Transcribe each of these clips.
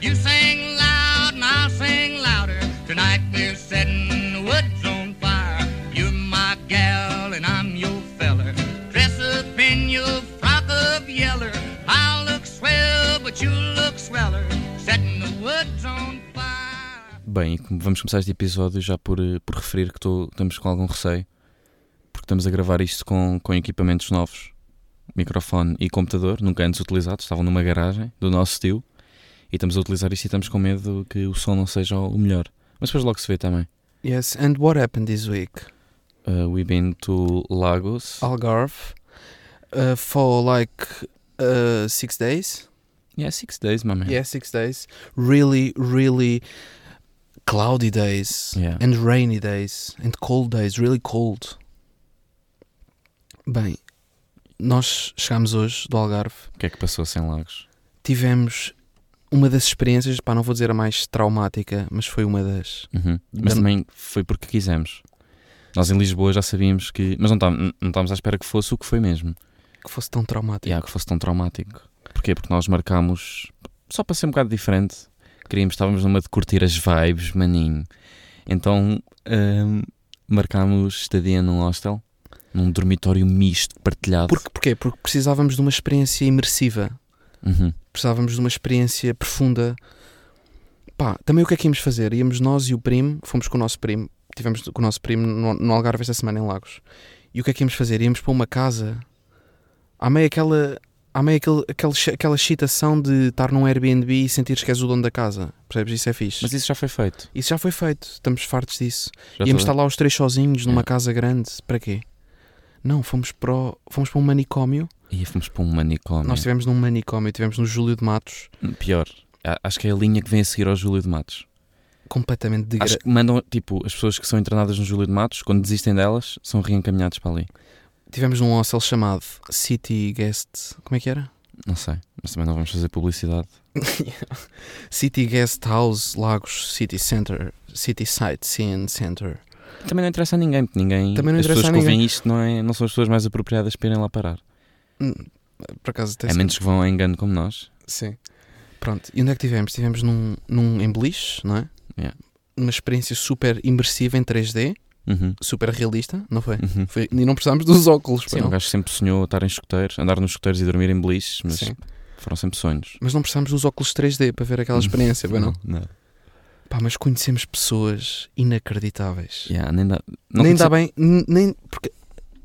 You sing loud and I'll sing louder. Tonight we're setting the woods on fire. You're my gal and I'm your feller. Dress up in your frock of yeller. I'll look swell, but you look sweller. Setting the woods on fire. Bem, e como vamos começar este episódio já por, eh, por referir que tô- estamos com algum receio, porque estamos a gravar isto com, com equipamentos novos, microfone e computador, nunca antes utilizados, estavam numa garagem do nosso tio, e estamos a utilizar isto e estamos com medo que o som não seja o melhor. Mas depois logo se vê também. Yes, and what happened this week? Uh, we've been to Lagos. Oh. Algarve uh, for like uh, six days. Yeah, six days, my man. Yeah, six days. Really, really cloudy days Yeah. and rainy days and cold days. Really cold. Bem, nós chegámos hoje do Algarve. O que é que passou sem Lagos? Tivemos uma das experiências, pá, não vou dizer a mais traumática, mas foi uma das. Uhum. Mas Dan- também foi porque quisemos. Nós em Lisboa já sabíamos que. Mas não tá- não estávamos à espera que fosse o que foi mesmo. Que fosse tão traumática. e há que fosse tão traumático. Porquê? Porque nós marcámos só para ser um bocado diferente. Queríamos, estávamos numa de curtir as vibes, maninho. Então hum, marcámos estadia num hostel, num dormitório misto, partilhado. Porque, porquê? Porque precisávamos de uma experiência imersiva. Uhum. precisávamos de uma experiência profunda. Pá, também o que é que íamos fazer? Íamos nós e o primo, fomos com o nosso primo, tivemos com o nosso primo no, no Algarve esta semana em Lagos. E o que é que íamos fazer? Íamos para uma casa, há meio aquela, há meio aquele, aquele, chi- aquela excitação de estar num Airbnb e sentires que és o dono da casa, percebes? Isso é fixe. Mas isso já foi feito. Isso já foi feito, estamos fartos disso. Já íamos tá- estar lá os três sozinhos numa É. casa grande, para quê? Não, fomos para, o- fomos para um manicômio. E fomos para um manicômio. Nós estivemos num manicômio, estivemos no Júlio de Matos, Pior. A- Acho que é a linha que vem a seguir ao Júlio de Matos. completamente de Acho que mandam, tipo, as pessoas que são internadas no Júlio de Matos, quando desistem delas, são reencaminhadas para ali. Tivemos num hostel chamado City Guest. Como é que era? Não sei, mas também não vamos fazer publicidade. City Guest House Lagos City Center. City Sightseeing Center. Também não interessa a ninguém, porque ninguém. Também não as interessa pessoas a que ninguém. ouvem isto não, é- não são as pessoas mais apropriadas para irem lá parar. Hum, Por acaso até a se- É menos que vão a engano como nós. Sim. Pronto. E onde é que tivemos? Tivemos num, num em Beliche, não é? Yeah. Uma experiência super imersiva em 3D, Uhum. super realista, não foi? Uhum. foi e não precisámos dos óculos Sim, para um não. gajo sempre sonhou estar em escuteiros, andar nos escuteiros e dormir em beliches, mas Sim. foram sempre sonhos. Uhum. Mas não precisámos dos óculos 3D para ver aquela experiência, foi não? Hum. Não. Pá, mas conhecemos pessoas inacreditáveis. Yeah, nem dá, não nem conhece- dá bem, n- nem porque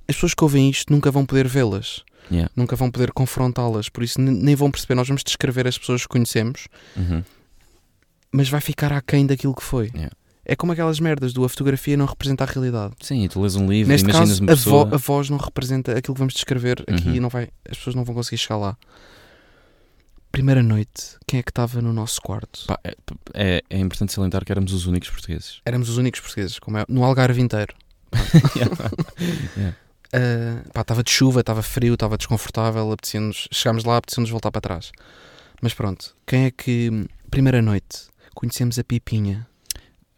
as pessoas que ouvem isto nunca vão poder vê-las, Yeah. nunca vão poder confrontá-las, por isso ne- nem vão perceber. Nós vamos descrever as pessoas que conhecemos, Uhum. mas vai ficar aquém daquilo que foi. Yeah. É como aquelas merdas do a fotografia não representa a realidade. Sim, e tu lês um livro, Neste imaginas caso, uma a, vo- pessoa. a voz não representa aquilo que vamos descrever aqui Uhum. e não vai, as pessoas não vão conseguir chegar lá. Primeira noite, quem é que estava no nosso quarto? Pá, é, é- é importante salientar que éramos os únicos portugueses. Éramos os únicos portugueses, como é, no Algarve inteiro. Uh, pá, estava de chuva, estava frio, estava desconfortável, apetecia-nos, chegámos lá, apetecia-nos voltar para trás. Mas pronto, quem é que. Primeira noite, conhecemos a Pipinha.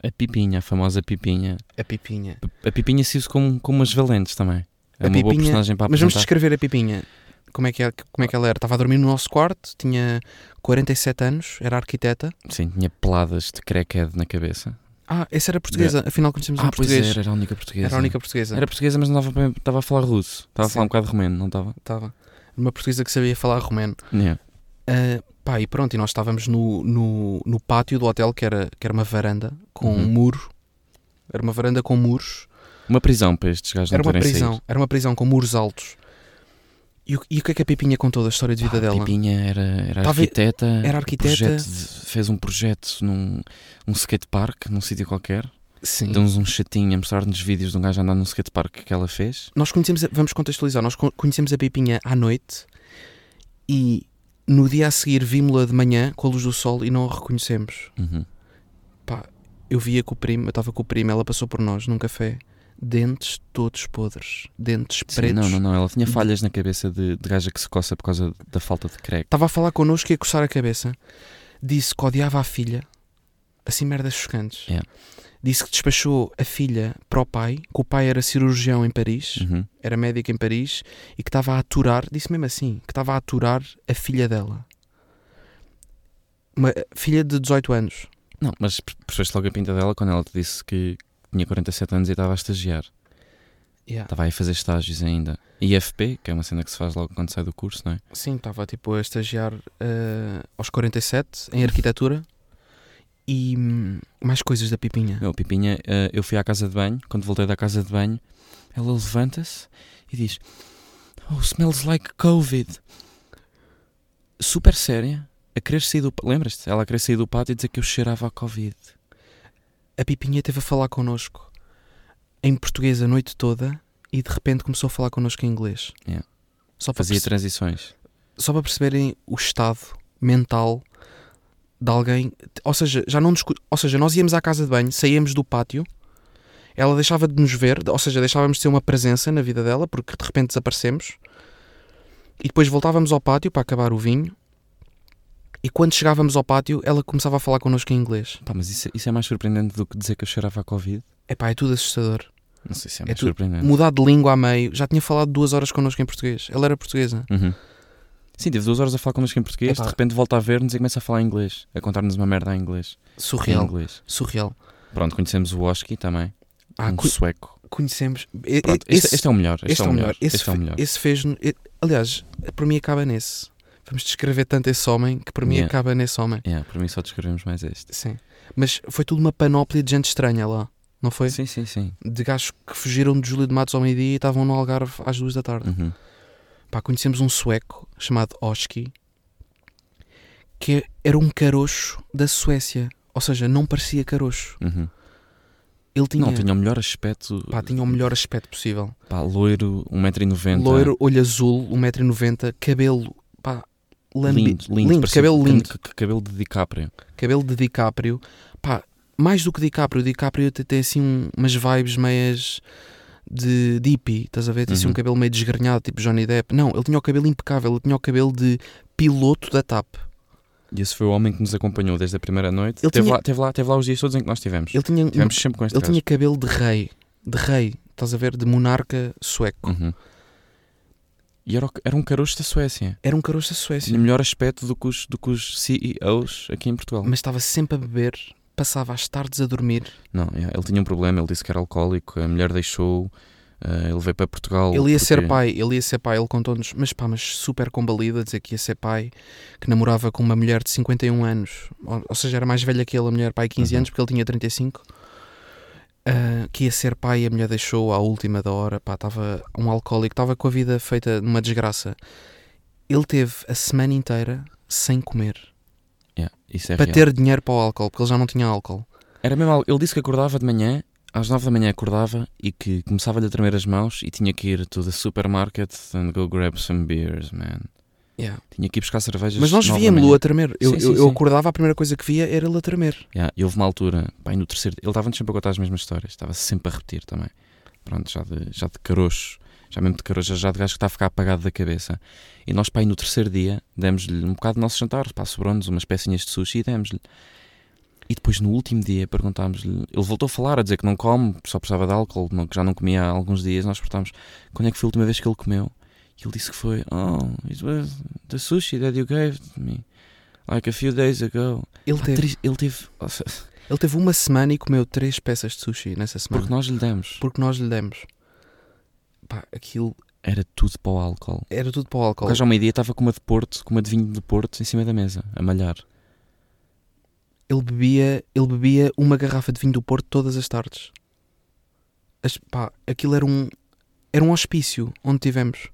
A pipinha, a famosa pipinha. A Pipinha. A pipinha se usa como, como as valentes também. É A uma boa Pipinha- personagem para Mas vamos apresentar. descrever a Pipinha. Como é, que é, como é que ela era? Estava a dormir no nosso quarto, tinha 47 anos, era arquiteta. Sim, tinha peladas de crackhead na cabeça. Ah, essa era portuguesa, afinal conhecemos um Ah, pois português. era, era a única portuguesa. Era a única portuguesa. Era portuguesa, mas não estava, bem- estava a falar russo. Estava a falar Sim. um bocado romeno, não estava? Estava. Uma portuguesa que sabia falar romeno. Yeah. Ah, pá, e pronto, e nós estávamos no, no, no pátio do hotel, que era, que era uma varanda com Uhum. um muro. Era uma varanda com muros. Uma prisão para estes gajos Era não uma terem prisão. saído. Era uma prisão com muros altos. E o, e o que é que a Pipinha contou da história de vida Pá, Ah, a dela? Pipinha era, era Tava- arquiteta. um era arquiteta. projeto de- fez um projeto num um skatepark, num sítio qualquer. Sim. Deu-nos um chatinho a mostrar-nos vídeos de um gajo a andar num skatepark que ela fez. Nós conhecemos, a- vamos contextualizar, nós co- conhecemos a Pipinha à noite e no dia a seguir vimos-la de manhã com a luz do sol e não a reconhecemos. Uhum. Pá, eu via com o primo, eu estava com o primo, ela passou por nós num café, dentes todos podres, dentes Sim, pretos. Uhum. não, não, não. Ela tinha falhas na cabeça de, de gaja que se coça por causa da falta de crack. Estava a falar connosco e a coçar a cabeça. Disse que odiava a filha. Assim, merdas chocantes. Yeah. Disse que despachou a filha para o pai, que o pai era cirurgião em Paris, Uhum. era médico em Paris, e que estava a aturar, disse mesmo assim, que estava a aturar a filha dela. Uma filha de 18 anos. Não, mas per- percebeste logo a pinta dela quando ela te disse que tinha 47 anos e estava a estagiar. Yeah. Estava aí a fazer estágios ainda. IFP, que é uma cena que se faz logo quando sai do curso, não é? Sim, estava tipo a estagiar eh, aos 47 em arquitetura e hum, mais coisas da Pipinha. Não, Pipinha, eh, eu fui à casa de banho, quando voltei da casa de banho, ela levanta-se e diz: Oh, smells like Covid. Super séria, a querer sair do. Lembras-te? Ela a querer sair do pátio e dizer que eu cheirava a Covid. A Pipinha esteve a falar connosco em português a noite toda e de repente começou a falar connosco em inglês. Yeah. Só, para Fazia perce- transições. só para perceberem o estado mental de alguém. Ou seja, já não discu- ou seja, nós íamos à casa de banho, saíamos do pátio, ela deixava de nos ver, ou seja, deixávamos de ter uma presença na vida dela porque de repente desaparecemos. E depois voltávamos ao pátio para acabar o vinho. E quando chegávamos ao pátio, ela começava a falar connosco em inglês. Pá, mas isso, isso é mais surpreendente do que dizer que eu cheirava a Covid? Epá, é tudo assustador. Não sei se é É mais tudo- surpreendente. mudar de língua a meio, já tinha falado duas horas connosco em português. Ela era portuguesa. Uhum. Sim, teve duas horas a falar connosco em português, Epá. de repente volta a ver-nos e começa a falar em inglês, a contar-nos uma merda em inglês. Em Surreal. inglês. Surreal. Pronto, conhecemos o Oski também, Ah, um co- sueco. conhecemos. E- Pronto, e- este, este é o melhor, este, este é o melhor, Esse, este é o melhor. fe- esse fez. e- Aliás, para mim acaba nesse. Vamos descrever tanto esse homem que para mim Yeah. acaba nesse homem. É, para mim só descrevemos mais este. Sim. Mas foi tudo uma panóplia de gente estranha lá, não foi? Sim, sim, sim. De gajos que fugiram de Júlio de Matos ao meio-dia e estavam no Algarve às duas da tarde. Uhum. Pá, conhecemos um sueco chamado Oski, que é- era um carocho da Suécia. Ou seja, não parecia carocho. uhum. Ele tinha, Não, tinha o melhor aspecto. pá, tinha o melhor aspecto possível. Pá, loiro, 1,90m. Loiro, olho azul, 1,90m, cabelo, pá, lambi... lindo, lindo, lindo, parecia- cabelo lindo. que- que- Cabelo de DiCaprio. cabelo de DiCaprio. Pá, mais do que DiCaprio, DiCaprio te- tem assim um- umas vibes meias de, de hippie, estás a ver? Tem assim Uhum. um cabelo meio desgrenhado, tipo Johnny Depp. Não, ele tinha o cabelo impecável, ele tinha o cabelo de piloto da TAP. E esse foi o homem que nos acompanhou desde a primeira noite. Ele teve, tinha- lá, teve, lá, teve lá os dias todos em que nós tivemos. Ele tinha, um- Tivemos sempre com este ele gajo. tinha cabelo de rei, de rei, estás a ver? De monarca sueco. Uhum. E era, o- era um caroço da Suécia. Era um caroço da Suécia. Tinha melhor aspecto do que, os, do que os CEOs aqui em Portugal. mas estava sempre a beber, passava as tardes a dormir. Não, é, ele tinha um problema, ele disse que era alcoólico, a mulher deixou, eh, ele veio para Portugal. Ele ia ser porque- pai, ele ia ser pai, ele contou-nos, mas pá, mas super combalida, dizer que ia ser pai, que namorava com uma mulher de 51 anos, ou, ou seja, era mais velha que ele, a mulher pai 15 Uhum. anos, porque ele tinha 35. ah, que ia ser pai e a mulher deixou à última da hora, pá, estava um alcoólico, estava com a vida feita numa desgraça. Ele teve a semana inteira sem comer, Yeah, isso é para real. ter dinheiro para o álcool, porque ele já não tinha álcool. Era mesmo, al- ele disse que acordava de manhã, às 9 da manhã acordava e que começava-lhe a tremer as mãos e tinha que ir to the supermarket and go grab some beers, man. Yeah. Tinha que ir buscar cervejas. Mas nós nove da víamos-lo manhã. a tremer. Eu, Sim, eu- sim, eu sim. acordava, a primeira coisa que via era ele a tremer. Yeah, e houve uma altura, bem no terceiro ele estava sempre a contar as mesmas histórias, estava sempre a repetir também. Pronto, já de, já de caroço, já mesmo de caroço, já de gajo que está a ficar apagado da cabeça. E nós, pai, no terceiro dia, demos-lhe um bocado do nosso jantar, pá, sobrou-nos umas pecinhas de sushi e demos-lhe. E depois, no último dia, perguntámos-lhe, ele voltou a falar, a dizer que não come, só precisava de álcool, não- que já não comia há alguns dias. Nós perguntámos quando é que foi a última vez que ele comeu. E ele disse que foi, oh, it was the sushi that you gave to me, like a few days ago. Ele Pá, teve. tri- Ele teve ou seja, Ele teve uma semana e comeu três peças de sushi nessa semana. Porque nós lhe demos. Porque nós lhe demos. Pá, aquilo Era tudo para o álcool. era tudo para o O álcool. gajo ao meio-dia estava com uma de Porto, com uma de vinho de Porto, em cima da mesa, a malhar. Ele, bebia, ele bebia uma garrafa de vinho do Porto todas as tardes. As- pá, aquilo era um, era um hospício onde tivemos.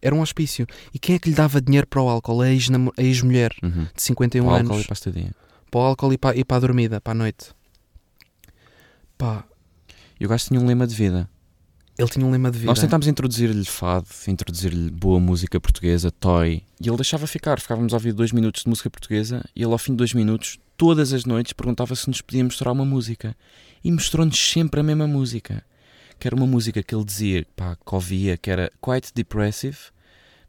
Era um hospício. E quem é que lhe dava dinheiro para o álcool? A ex-namo- a ex-mulher Uhum. de Para 51 o álcool anos. e para a estadia. Para o álcool e para, e para a dormida, para a noite. Pá, E o gajo tinha um lema de vida. ele tinha um lema de vida. Nós tentámos introduzir-lhe fado, introduzir-lhe boa música portuguesa, toy, e ele deixava ficar. Ficávamos a ouvir dois minutos de música portuguesa e ele, ao fim de dois minutos, todas as noites, perguntava se nos podia mostrar uma música. E mostrou-nos sempre a mesma música. Que era uma música que ele dizia pá, que ouvia, que era quite depressive,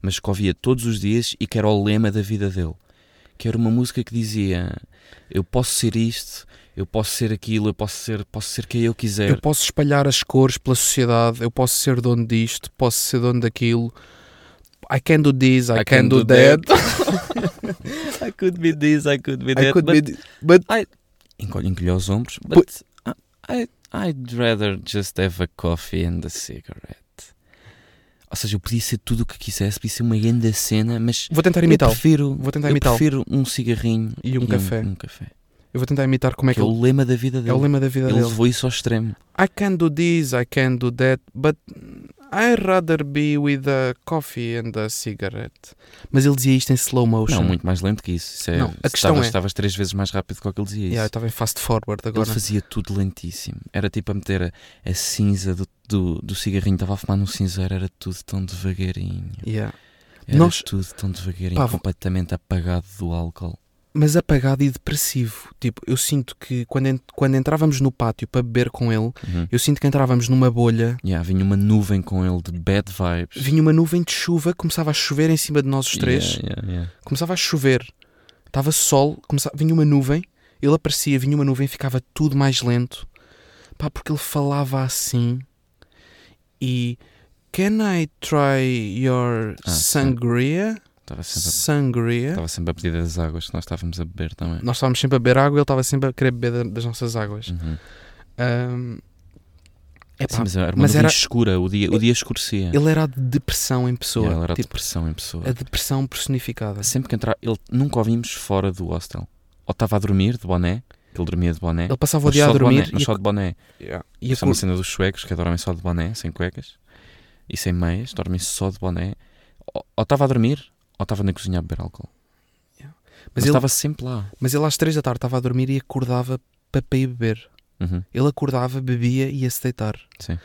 mas que ouvia todos os dias e que era o lema da vida dele. Que era uma música que dizia: Eu posso ser isto, eu posso ser aquilo, eu posso ser, posso ser quem eu quiser. Eu posso espalhar as cores pela sociedade, eu posso ser dono disto, posso ser dono daquilo, I can do this, I, can, do, that. I could be this, I could be I that. could but be. thi- But Encolhe, encolhe os ombros. but I, I, I'd rather just have a coffee and a cigarette. Ou seja, eu podia ser tudo o que quisesse, podia ser uma grande cena, mas vou tentar eu imitar. prefiro, Vou tentar eu imitar. prefiro um cigarrinho E um café. Um, café. Eu vou tentar imitar como é Que que é ele. o lema da vida dele. É o lema da vida Ele dele. levou isso ao extremo. I can do this, I can do that, but I rather be with a coffee and a cigarette. Mas ele dizia isto em slow motion. Não, muito mais lento que isso. isso é, Não, a se questão estavas, é- estavas três vezes mais rápido que o que ele dizia isso. Yeah, eu estava em fast forward Ele agora. fazia tudo lentíssimo. Era tipo a meter a, a cinza do, do, do cigarrinho. Estava a fumar num cinzeiro, era tudo tão devagarinho. Yeah. Era Nós- tudo tão devagarinho, Pá, vo- completamente apagado do álcool. Mas apagado e depressivo. Tipo, eu sinto que quando, en- quando entrávamos no pátio para beber com ele, Uhum. eu sinto que entrávamos numa bolha. Yeah, vinha uma nuvem com ele de bad vibes. Vinha uma nuvem de chuva, começava a chover em cima de nós os três. Yeah, yeah, yeah. Começava a chover, estava sol, começava, vinha uma nuvem, ele aparecia, vinha uma nuvem, ficava tudo mais lento. Pá, porque ele falava assim. E Can I try your Ah, sim. sangria? Estava sempre, a, Tá Sangria. estava sempre a pedir das águas que nós estávamos a beber também. Nós estávamos sempre a beber água e ele estava sempre a querer beber da- das nossas águas. Uhum. Ahm, epá, Sim, mas era uma mas nuvem era- escura, o dia, o dia escurecia. ele era a depressão em assim, pessoa. é. Yeah, ele era a tipo, depressão em pessoa. a depressão personificada. Sempre que entrava, ele nunca o vimos fora do hostel. Ou estava a dormir de boné, que ele dormia de boné. Ele passava o É. mas dia a só de boné, dormir mas e só a, de boné. e a Isso é uma cena dos suecos que dormem só de boné, sem cuecas e sem meias, dormem só de boné. Ou ou estava a dormir, ou estava na cozinha a beber álcool. Mas Mas, ele- estava sempre lá. Mas ele às três da tarde estava a dormir e acordava para para ir beber. Uhum. Ele acordava, bebia e ia se deitar. Sim.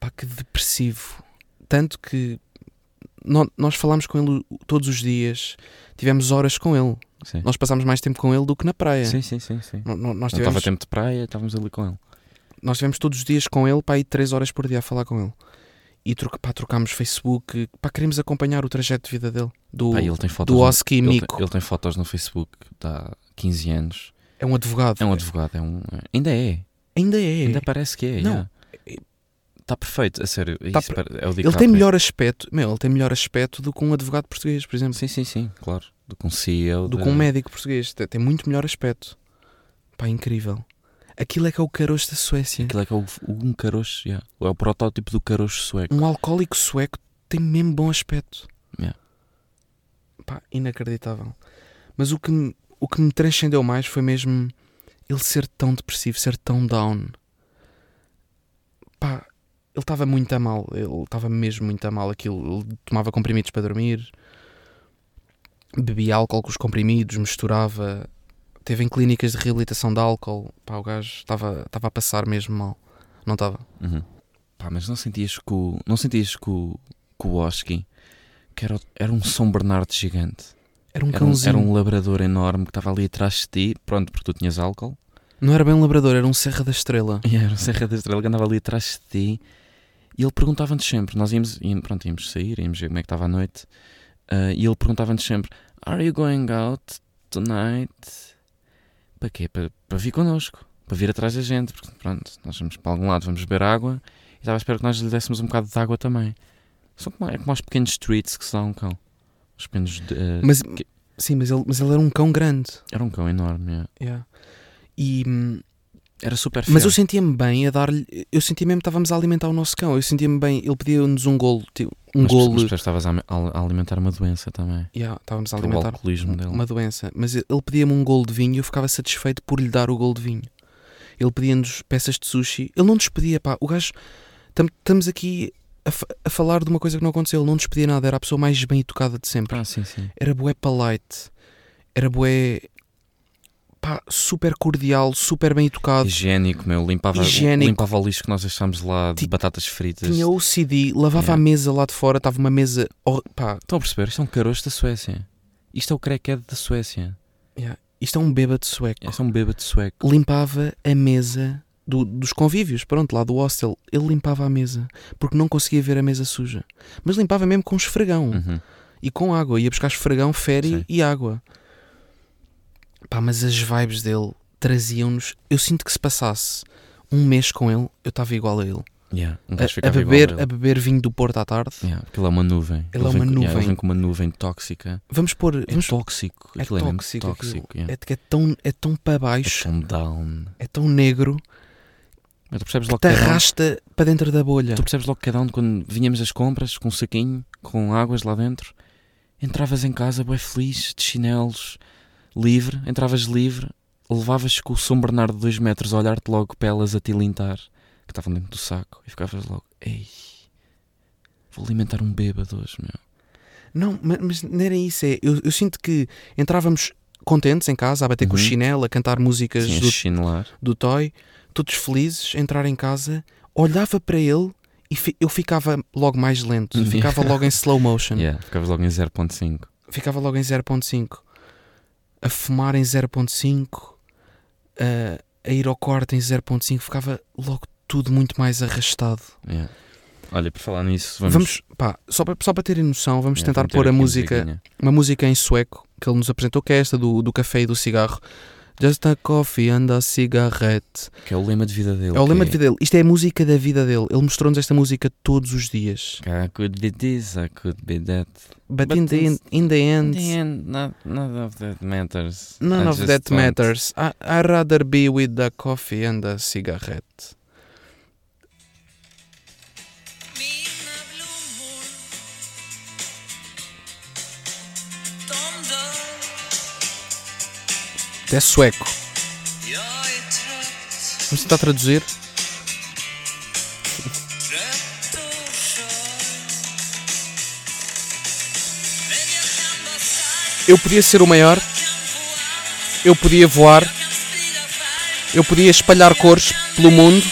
Pá, que depressivo. Tanto que no- nós falámos com ele todos os dias, tivemos horas com ele. Sim. Nós passámos mais tempo com ele do que na praia. sim, sim, sim. sim. No- no- é. nós, Não estava tivemos, tempo de praia, estávamos ali com ele. nós tivemos todos os dias com ele, pá, e três horas por dia a falar com ele. E troca, pá, trocámos Facebook, pá, queremos acompanhar o trajeto de vida dele. Do, Pá, ele tem fotos do no- Oski ele tem- Mico. ele tem fotos no Facebook de há 15 anos. É um advogado. É um advogado, é um. é- Ainda é. Ainda é. Ainda parece que é. Não. Está perfeito, a sério. Tá isso per- pare- é o Ele tem DiCaprio. melhor aspecto, meu, ele tem melhor aspecto do que um advogado português, por exemplo, Sim, sim, sim, claro. Do que um CEO. do de- que um médico português, tem tem muito melhor aspecto. Pá, incrível. Aquilo é que é o caroço da Suécia. Aquilo é que é o, o- um caroço, yeah. é o protótipo do caroço sueco. Um alcoólico sueco tem mesmo bom aspecto. Yeah. Pá, inacreditável. Mas o que, me- o que me transcendeu mais foi mesmo ele ser tão depressivo, ser tão down. Pá, ele estava muito a mal, ele estava mesmo muito a mal aquilo. Ele tomava comprimidos para dormir, bebia álcool com os comprimidos, misturava. Teve em clínicas de reabilitação de álcool. Pá, o gajo estava estava a passar mesmo mal. Não estava? Uhum. Pá, mas não sentias que o, não sentias que o, que o Oski que era, o- era um São Bernardo gigante? Era um Era um, cãozinho. era um labrador enorme que estava ali atrás de ti, pronto, porque tu tinhas álcool. Não era bem um labrador, era um Serra da Estrela. E era um Serra da Estrela que andava ali atrás de ti e ele perguntava-nos sempre. Nós íamos, íamos, pronto, íamos sair, íamos ver como é que estava a noite ah, e ele perguntava-nos sempre: Are you going out tonight? Para quê? Para, para vir connosco, para vir atrás da gente, porque pronto, nós vamos para algum lado, vamos beber água e estava à espera que nós lhe dessemos um bocado de água também. São como, é como aos pequenos treats que se dá a um cão. Os pequenos. ah, Mas, sim, mas ele, mas ele era um cão grande. Era um cão enorme, é. Yeah. E, hum, era super fiel. mas eu sentia-me bem a dar-lhe. Eu sentia mesmo que estávamos a alimentar o nosso cão. Eu sentia-me bem. Ele pedia-nos um golo. tipo, um Mas- golo. Mas depois estavas a, a alimentar uma doença também. Yeah, estávamos a Por um o alimentar alcoolismo dele. uma doença. Mas ele ele pedia-me um golo de vinho e eu ficava satisfeito por lhe dar o golo de vinho. Ele pedia-nos peças de sushi. Ele não nos pedia, pá. O gajo. Estamos aqui a, fa- a falar de uma coisa que não aconteceu. Ele não nos pedia nada. Era a pessoa mais bem educada de sempre. Ah, sim, sim. era bué polite, era bué pá, super cordial, super bem educado. Higiênico, meu. Limpava, Higiênico. limpava o lixo que nós deixámos lá de Ti- batatas fritas. Tinha OCD, lavava Yeah. a mesa lá de fora, estava uma mesa. hor- Pá, Estão a perceber? Isto é um caroço da Suécia. Isto é o crackhead da Suécia. yeah, isto é um bêbado sueco. Isto é um bêbado sueco. Limpava a mesa do- dos convívios, pronto, lá do hostel. Ele limpava a mesa porque não conseguia ver a mesa suja, mas limpava mesmo com esfregão. Uhum. e com água. Ia buscar esfregão, féri Sim. e água. Pá, mas as vibes dele traziam-nos. Eu sinto que se passasse um mês com ele, eu estava igual a ele. Yeah, um A, gajo a ficava igual beber, ele. a beber vinho do Porto à tarde. Yeah, aquilo é uma nuvem. Ele é uma vem, com- nuvem. ele vem com uma nuvem tóxica. Vamos pôr. É vamos- tóxico. é Aquilo é, mesmo tóxico, aquilo. tóxico. yeah. É, que é tão, é tão para É baixo, tão down. é tão negro, Mas tu percebes que logo que te é down. arrasta para dentro da bolha. Tu percebes logo que é down quando vinhamos das compras com um saquinho, com águas lá dentro. Entravas em casa, bué feliz, de chinelos, livre. Entravas livre, levavas com o São Bernardo de 2 metros a olhar-te logo pelas a tilintar, que estavam dentro do saco. E ficavas logo, ei, vou alimentar um bêbado hoje, meu. Não, ma- mas não era isso. É, eu, eu sinto que entrávamos contentes em casa, a bater com o Uhum. chinelo, a cantar músicas Sim, do, a chinelar. do Toy, todos felizes, a entrar em casa, olhava para ele e fi- eu ficava logo mais lento, Yeah. ficava logo em slow motion, Uhum. Yeah, ficavas logo em 0.5. ficava logo em 0.5, a fumar em 0.5, a, a ir ao quarto em 0.5, ficava logo tudo muito mais arrastado. Yeah. Olha, por falar nisso, vamos, Vamos, pá, só para, só para terem noção, vamos yeah, tentar vamos ter pôr a aqui um música musiquinha. uma música em sueco que ele nos apresentou, que é esta do, do café e do cigarro. Just a coffee and a cigarette. Que é o lema de vida dele. É o que lema de vida dele. Isto é a música da vida dele. Ele mostrou-nos esta música todos os dias. é, I could be this, I could be that. But, But in, the, in, in the In end, the end, not, none of that matters. none I of just that want- matters. I, I'd rather be with the coffee and a cigarette. Mina blommor De dör Isto É sueco. Jag är trött, Vamos tentar traduzir. trött och skör Men jag kan vara stark, Eu podia ser o maior. kan få allt Eu podia voar. Kan sprida färg, Eu podia espalhar cores pelo mundo.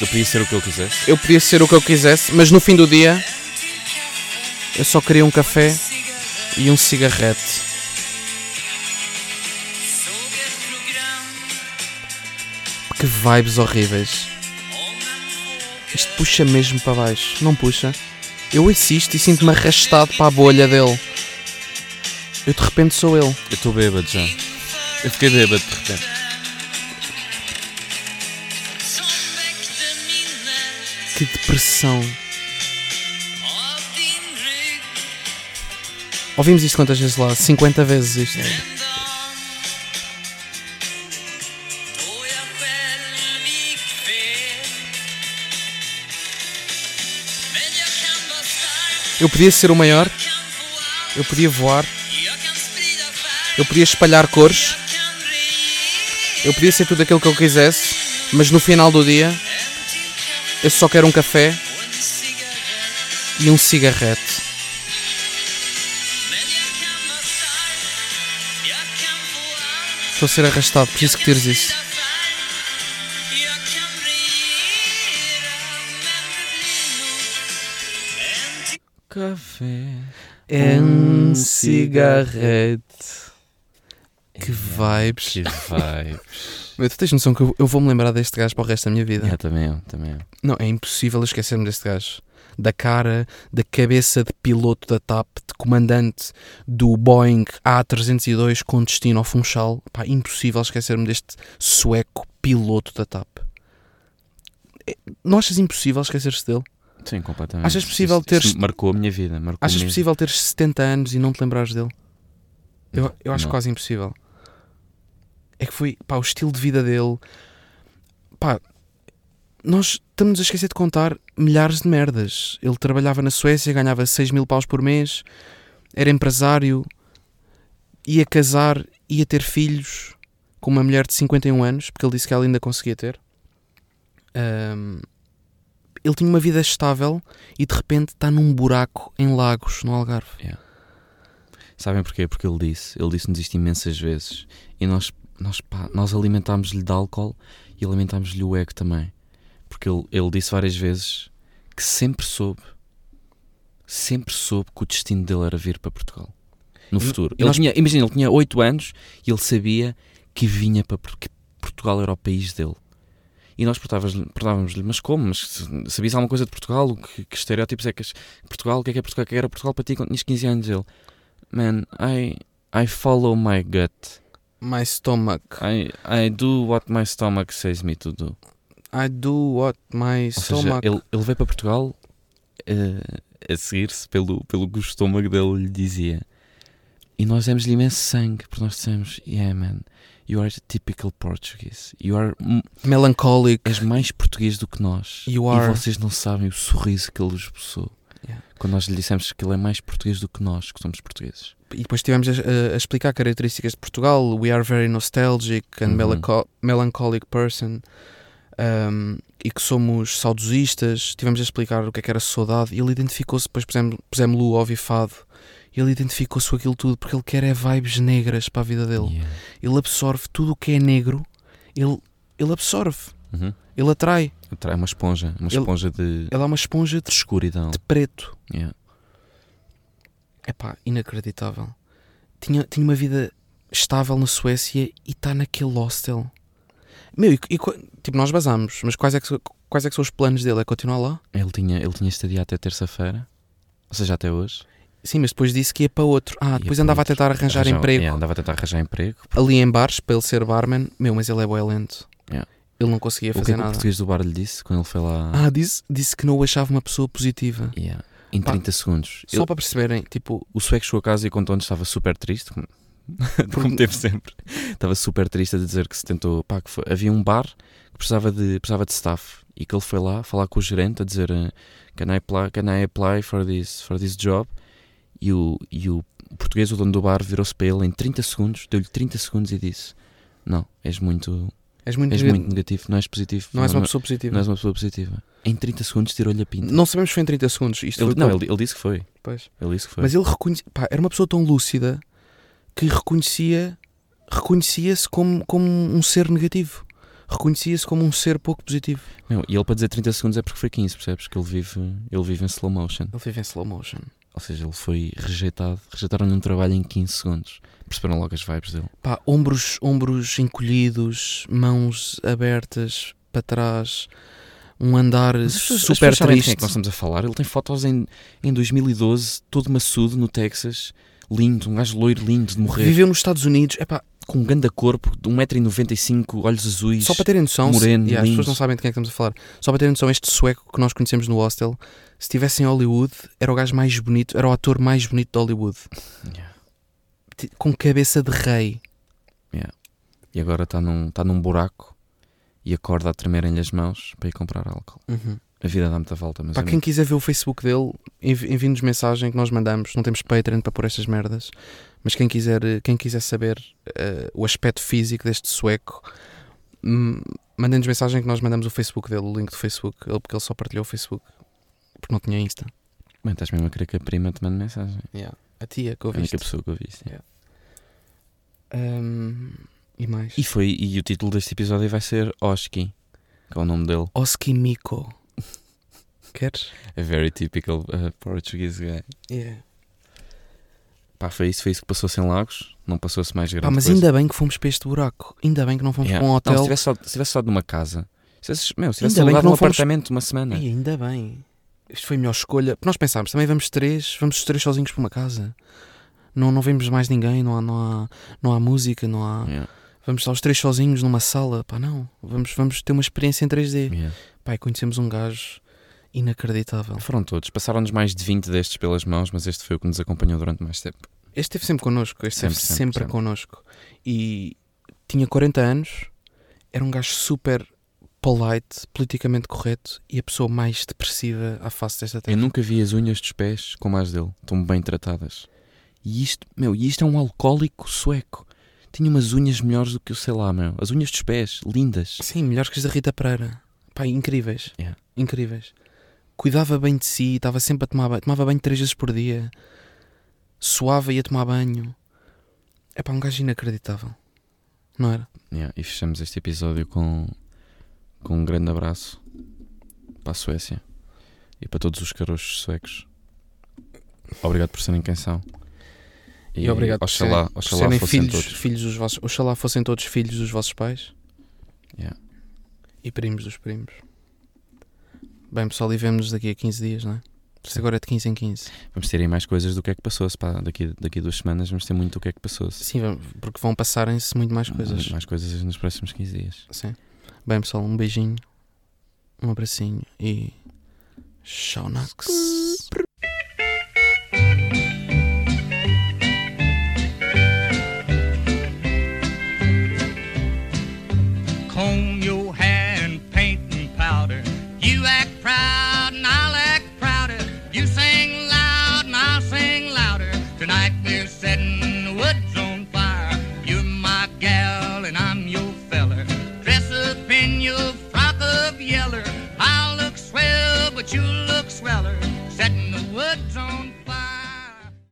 Eu podia ser o que eu quisesse. Eu podia ser o que eu quisesse. Mas no fim do dia, eu só queria um café cigarett e um cigarrete. Såg ett program Que vibes horríveis. om en fågel Isto puxa mesmo para baixo, não puxa? Eu ouço isto e sinto-me arrastado para a bolha dele. Eu de repente sou ele. Eu estou bêbado já. Eu fiquei bêbado de repente. Som väckte minnen Que depressão. av din rygg Ouvimos isto quantas vezes lá? 50 vezes isto. En dag då jag själv gick fel Men jag kan vara stark, Eu podia ser o maior, kan få allt eu podia voar, Jag kan sprida färg, eu podia espalhar cores, jag kan regera eu podia ser tudo aquilo que eu quisesse, mas no final do dia En till kaffe eu só quero um café och en cigarett e um cigarrete. Men jag kan vara stark, jag kan få allt Estou a ser arrastado, preciso que tires isso. Sprida färg, jag kan regera Men det blir nog en till Café. É Um um cigarrete. Que vibes. Que vibes. Meu, tu tens noção que eu, eu vou-me lembrar deste gajo para o resto da minha vida? yeah, Ah, também eu, também eu. Não, é impossível esquecer-me deste gajo. Da cara, da cabeça de piloto da TAP, de comandante do Boeing A302 com destino ao Funchal. Pá, impossível esquecer-me deste sueco piloto da TAP. É, Não achas impossível esquecer-se dele? Sim, completamente. Achas possível Isto- isto teres- marcou a minha vida. Marcou Achas mesmo. possível teres 70 anos e não te lembrares dele? Eu, eu acho não. quase impossível. É que foi, pá, o estilo de vida dele. Pá, nós estamos a esquecer de contar milhares de merdas. Ele trabalhava na Suécia, ganhava 6 mil paus por mês, era empresário, ia casar, ia ter filhos com uma mulher de 51 anos, porque ele disse que ela ainda conseguia ter. Ahm, ele tinha uma vida estável e de repente está num buraco em Lagos, no Algarve. Sabem porquê? Porque ele disse, ele disse-nos isto imensas vezes. E nós, nós, pá, nós alimentámos-lhe de álcool e alimentámos-lhe o ego também. Porque ele, ele disse várias vezes que sempre soube, sempre soube que o destino dele era vir para Portugal. No futuro. e Ele nós- tinha, imagina, ele tinha 8 anos e ele sabia que vinha para Portugal, que Portugal era o país dele. E nós perguntávamos-lhe, perguntávamos-lhe, mas como? Mas se- sabias alguma coisa de Portugal? O Que, que estereótipos é que as- Portugal? O que é que é Portugal? O que era Portugal para ti quando tinhas 15 anos? Ele, man, I, I follow my gut. My stomach. I, I do what my stomach says me to do. I do what my Ou seja, stomach. ele, ele veio para Portugal eh, a seguir-se pelo, pelo que o estômago dele lhe dizia. E nós demos-lhe imenso sangue, porque nós dissemos: Yeah, man, you are a typical Portuguese. You are, m- Melancholic. és mais português do que nós. You E are. vocês não sabem o sorriso que ele esboçou. Yeah. Quando nós lhe dissemos que ele é mais português do que nós, que somos portugueses. E depois tivemos a, a- a explicar características de Portugal. We are very nostalgic and Uhum. melancho- melancholic person. Um, e que somos saudosistas. Tivemos a explicar o que é que era saudade. E ele identificou-se, depois pusemos- pusemos-lhe o ovifado. Ele identificou-se com aquilo tudo porque ele quer é vibes negras para a vida dele. Yeah. Ele absorve tudo o que é negro. Ele, ele absorve. Uhum. Ele atrai. Atrai uma esponja, uma Ele- esponja de, de Ele é uma esponja de, escuridão. de preto. Yeah. Epá, inacreditável. Tinha, tinha uma vida estável na Suécia e está naquele hostel. Meu, e, e co- tipo, nós basámos, mas quais é, que, so- quais é que são os planos dele? É continuar lá? Ele tinha, ele tinha estadia até terça-feira, ou seja, até hoje. Sim, mas depois disse que ia para outro. Ah, Ia depois para andava outro. a tentar arranjar Arranjava- emprego yeah, andava a tentar arranjar emprego. ali em bares para ele ser barman. Meu, mas ele é bué lento. Yeah. Ele não conseguia O que fazer é que o nada. português do bar lhe disse quando ele foi lá? Ah, disse, disse que não o achava uma pessoa positiva. Yeah. Em Pá. 30 segundos. Ah. Só Ele- para perceberem, tipo, O sueco chegou a casa e contou-nos que estava super triste, como, como teve sempre. Estava super triste a dizer que se tentou. Pá, que foi- havia um bar que precisava de, precisava de staff e que ele foi lá falar com o gerente a dizer eh, can I apply, can I apply for, this, for this job? E o, e o português, o dono do bar, virou-se para ele em 30 segundos, deu-lhe 30 segundos e disse: Não, és muito, és muito, és negativo, muito negativo, não és positivo, não és uma não- pessoa positiva. não Não, és uma pessoa positiva. Em 30 segundos tirou-lhe a pinta. sabemos se foi em 30 segundos. Isto Ele- foi não, quando- ele, ele disse que foi. Pois. Ele disse que foi. Mas ele reconhecia. era uma pessoa tão lúcida que reconhecia. Reconhecia-se como, como um ser negativo. Reconhecia-se como um ser pouco positivo. Não, e ele para dizer 30 segundos é porque foi 15, percebes? Que ele vive, ele vive em slow motion. Ele vive em slow motion. Ou seja, ele foi rejeitado. Rejeitaram-lhe um trabalho em 15 segundos. Perceberam logo as vibes dele. Pá, ombros, ombros encolhidos, mãos abertas para trás, um andar super Quem é triste. que nós estamos a falar? Ele tem fotos em, em 2012, todo maçudo no Texas. Lindo, um gajo loiro lindo de morrer. Viveu nos Estados Unidos, epá, Com um grande corpo, de 1,95m, olhos azuis. só para terem noção, se- moreno, yeah, as lindo. pessoas não sabem de quem é que estamos a falar. Só para terem noção, este sueco que nós conhecemos no hostel, se estivesse em Hollywood, era o gajo mais bonito, era o ator mais bonito de Hollywood. Yeah. Ti- com cabeça de rei. E agora está num, está num buraco e acorda a tremerem-lhe as mãos para ir comprar álcool. A vida dá muita volta, Uhum. mas é Para quem quiser ver o Facebook dele, envi- envie-nos mensagem que nós mandamos. Não temos Patreon para pôr estas merdas. Mas quem quiser, quem quiser saber eh, o aspecto físico deste sueco, hum, mandem-nos mensagem que nós mandamos o Facebook dele, o link do Facebook, ele, porque ele só partilhou o Facebook. Porque não tinha Insta. Bem, estás mesmo a querer que a prima te mande mensagem. A tia que eu É a vi. única pessoa que eu vi. sim. e mais. E foi, e o título deste episódio vai ser Oski, que é o nome dele. Oski Miko. Queres? A very typical uh, Portuguese guy. Yeah. Pá, foi isso, foi isso que passou-se em Lagos, não passou-se mais grande Pá, mas coisa. ainda bem que fomos para este buraco. Ainda bem que não fomos Yeah. para um Não, se hotel. tivesse só, se tivesse só de uma casa, se tivesse, meu, se tivesse Ainda bem alugado que não um fomos- apartamento uma semana, E ainda bem. Isto foi a melhor escolha. Porque Nós pensámos, também vamos três, vamos os três sozinhos para uma casa. Não, não vemos mais ninguém, não há, não, há, não há música, não há. Yeah, Vamos estar os três sozinhos numa sala. Pá, não. Vamos, vamos ter uma experiência em 3D. yeah. Pá, e conhecemos um gajo inacreditável. Foram todos, passaram-nos mais de 20 destes pelas mãos, mas este foi o que nos acompanhou durante mais tempo. Este esteve sempre connosco, este Sempre, esteve sempre, sempre, sempre. connosco. E tinha 40 anos, era um gajo super polite, politicamente correto e a pessoa mais depressiva à face desta Eu terra. nunca vi as unhas dos pés como as dele, tão bem tratadas. E isto, meu, e isto é um alcoólico sueco. Tinha umas unhas melhores do que o sei lá, meu. As unhas dos pés, lindas. Sim, melhores que as da Rita Pereira. Pá, incríveis. Yeah. Incríveis. Cuidava bem de si, estava sempre a tomar banho. Tomava banho três vezes por dia. Suava e ia tomar banho. É pá, um gajo inacreditável. Não era? Yeah, e fechamos este episódio com, com um grande abraço para a Suécia e para todos os carochos suecos. Obrigado por serem quem são. E, obrigado por oxalá, serem, por oxalá serem fossem filhos, todos. filhos dos vossos, oxalá fossem todos filhos dos vossos pais. Yeah. E primos dos primos. Bem, pessoal, e vemos daqui a 15 dias, não é? Isto agora é de 15 em 15. Vamos terem mais coisas do que é que passou-se. pá. Daqui, daqui a duas semanas vamos ter muito do que é que passou-se. Sim, vamos- porque é vão passarem-se muito mais coisas. Mais coisas nos próximos 15 dias. Sim. Bem, pessoal, um beijinho um abracinho e. Shaunax.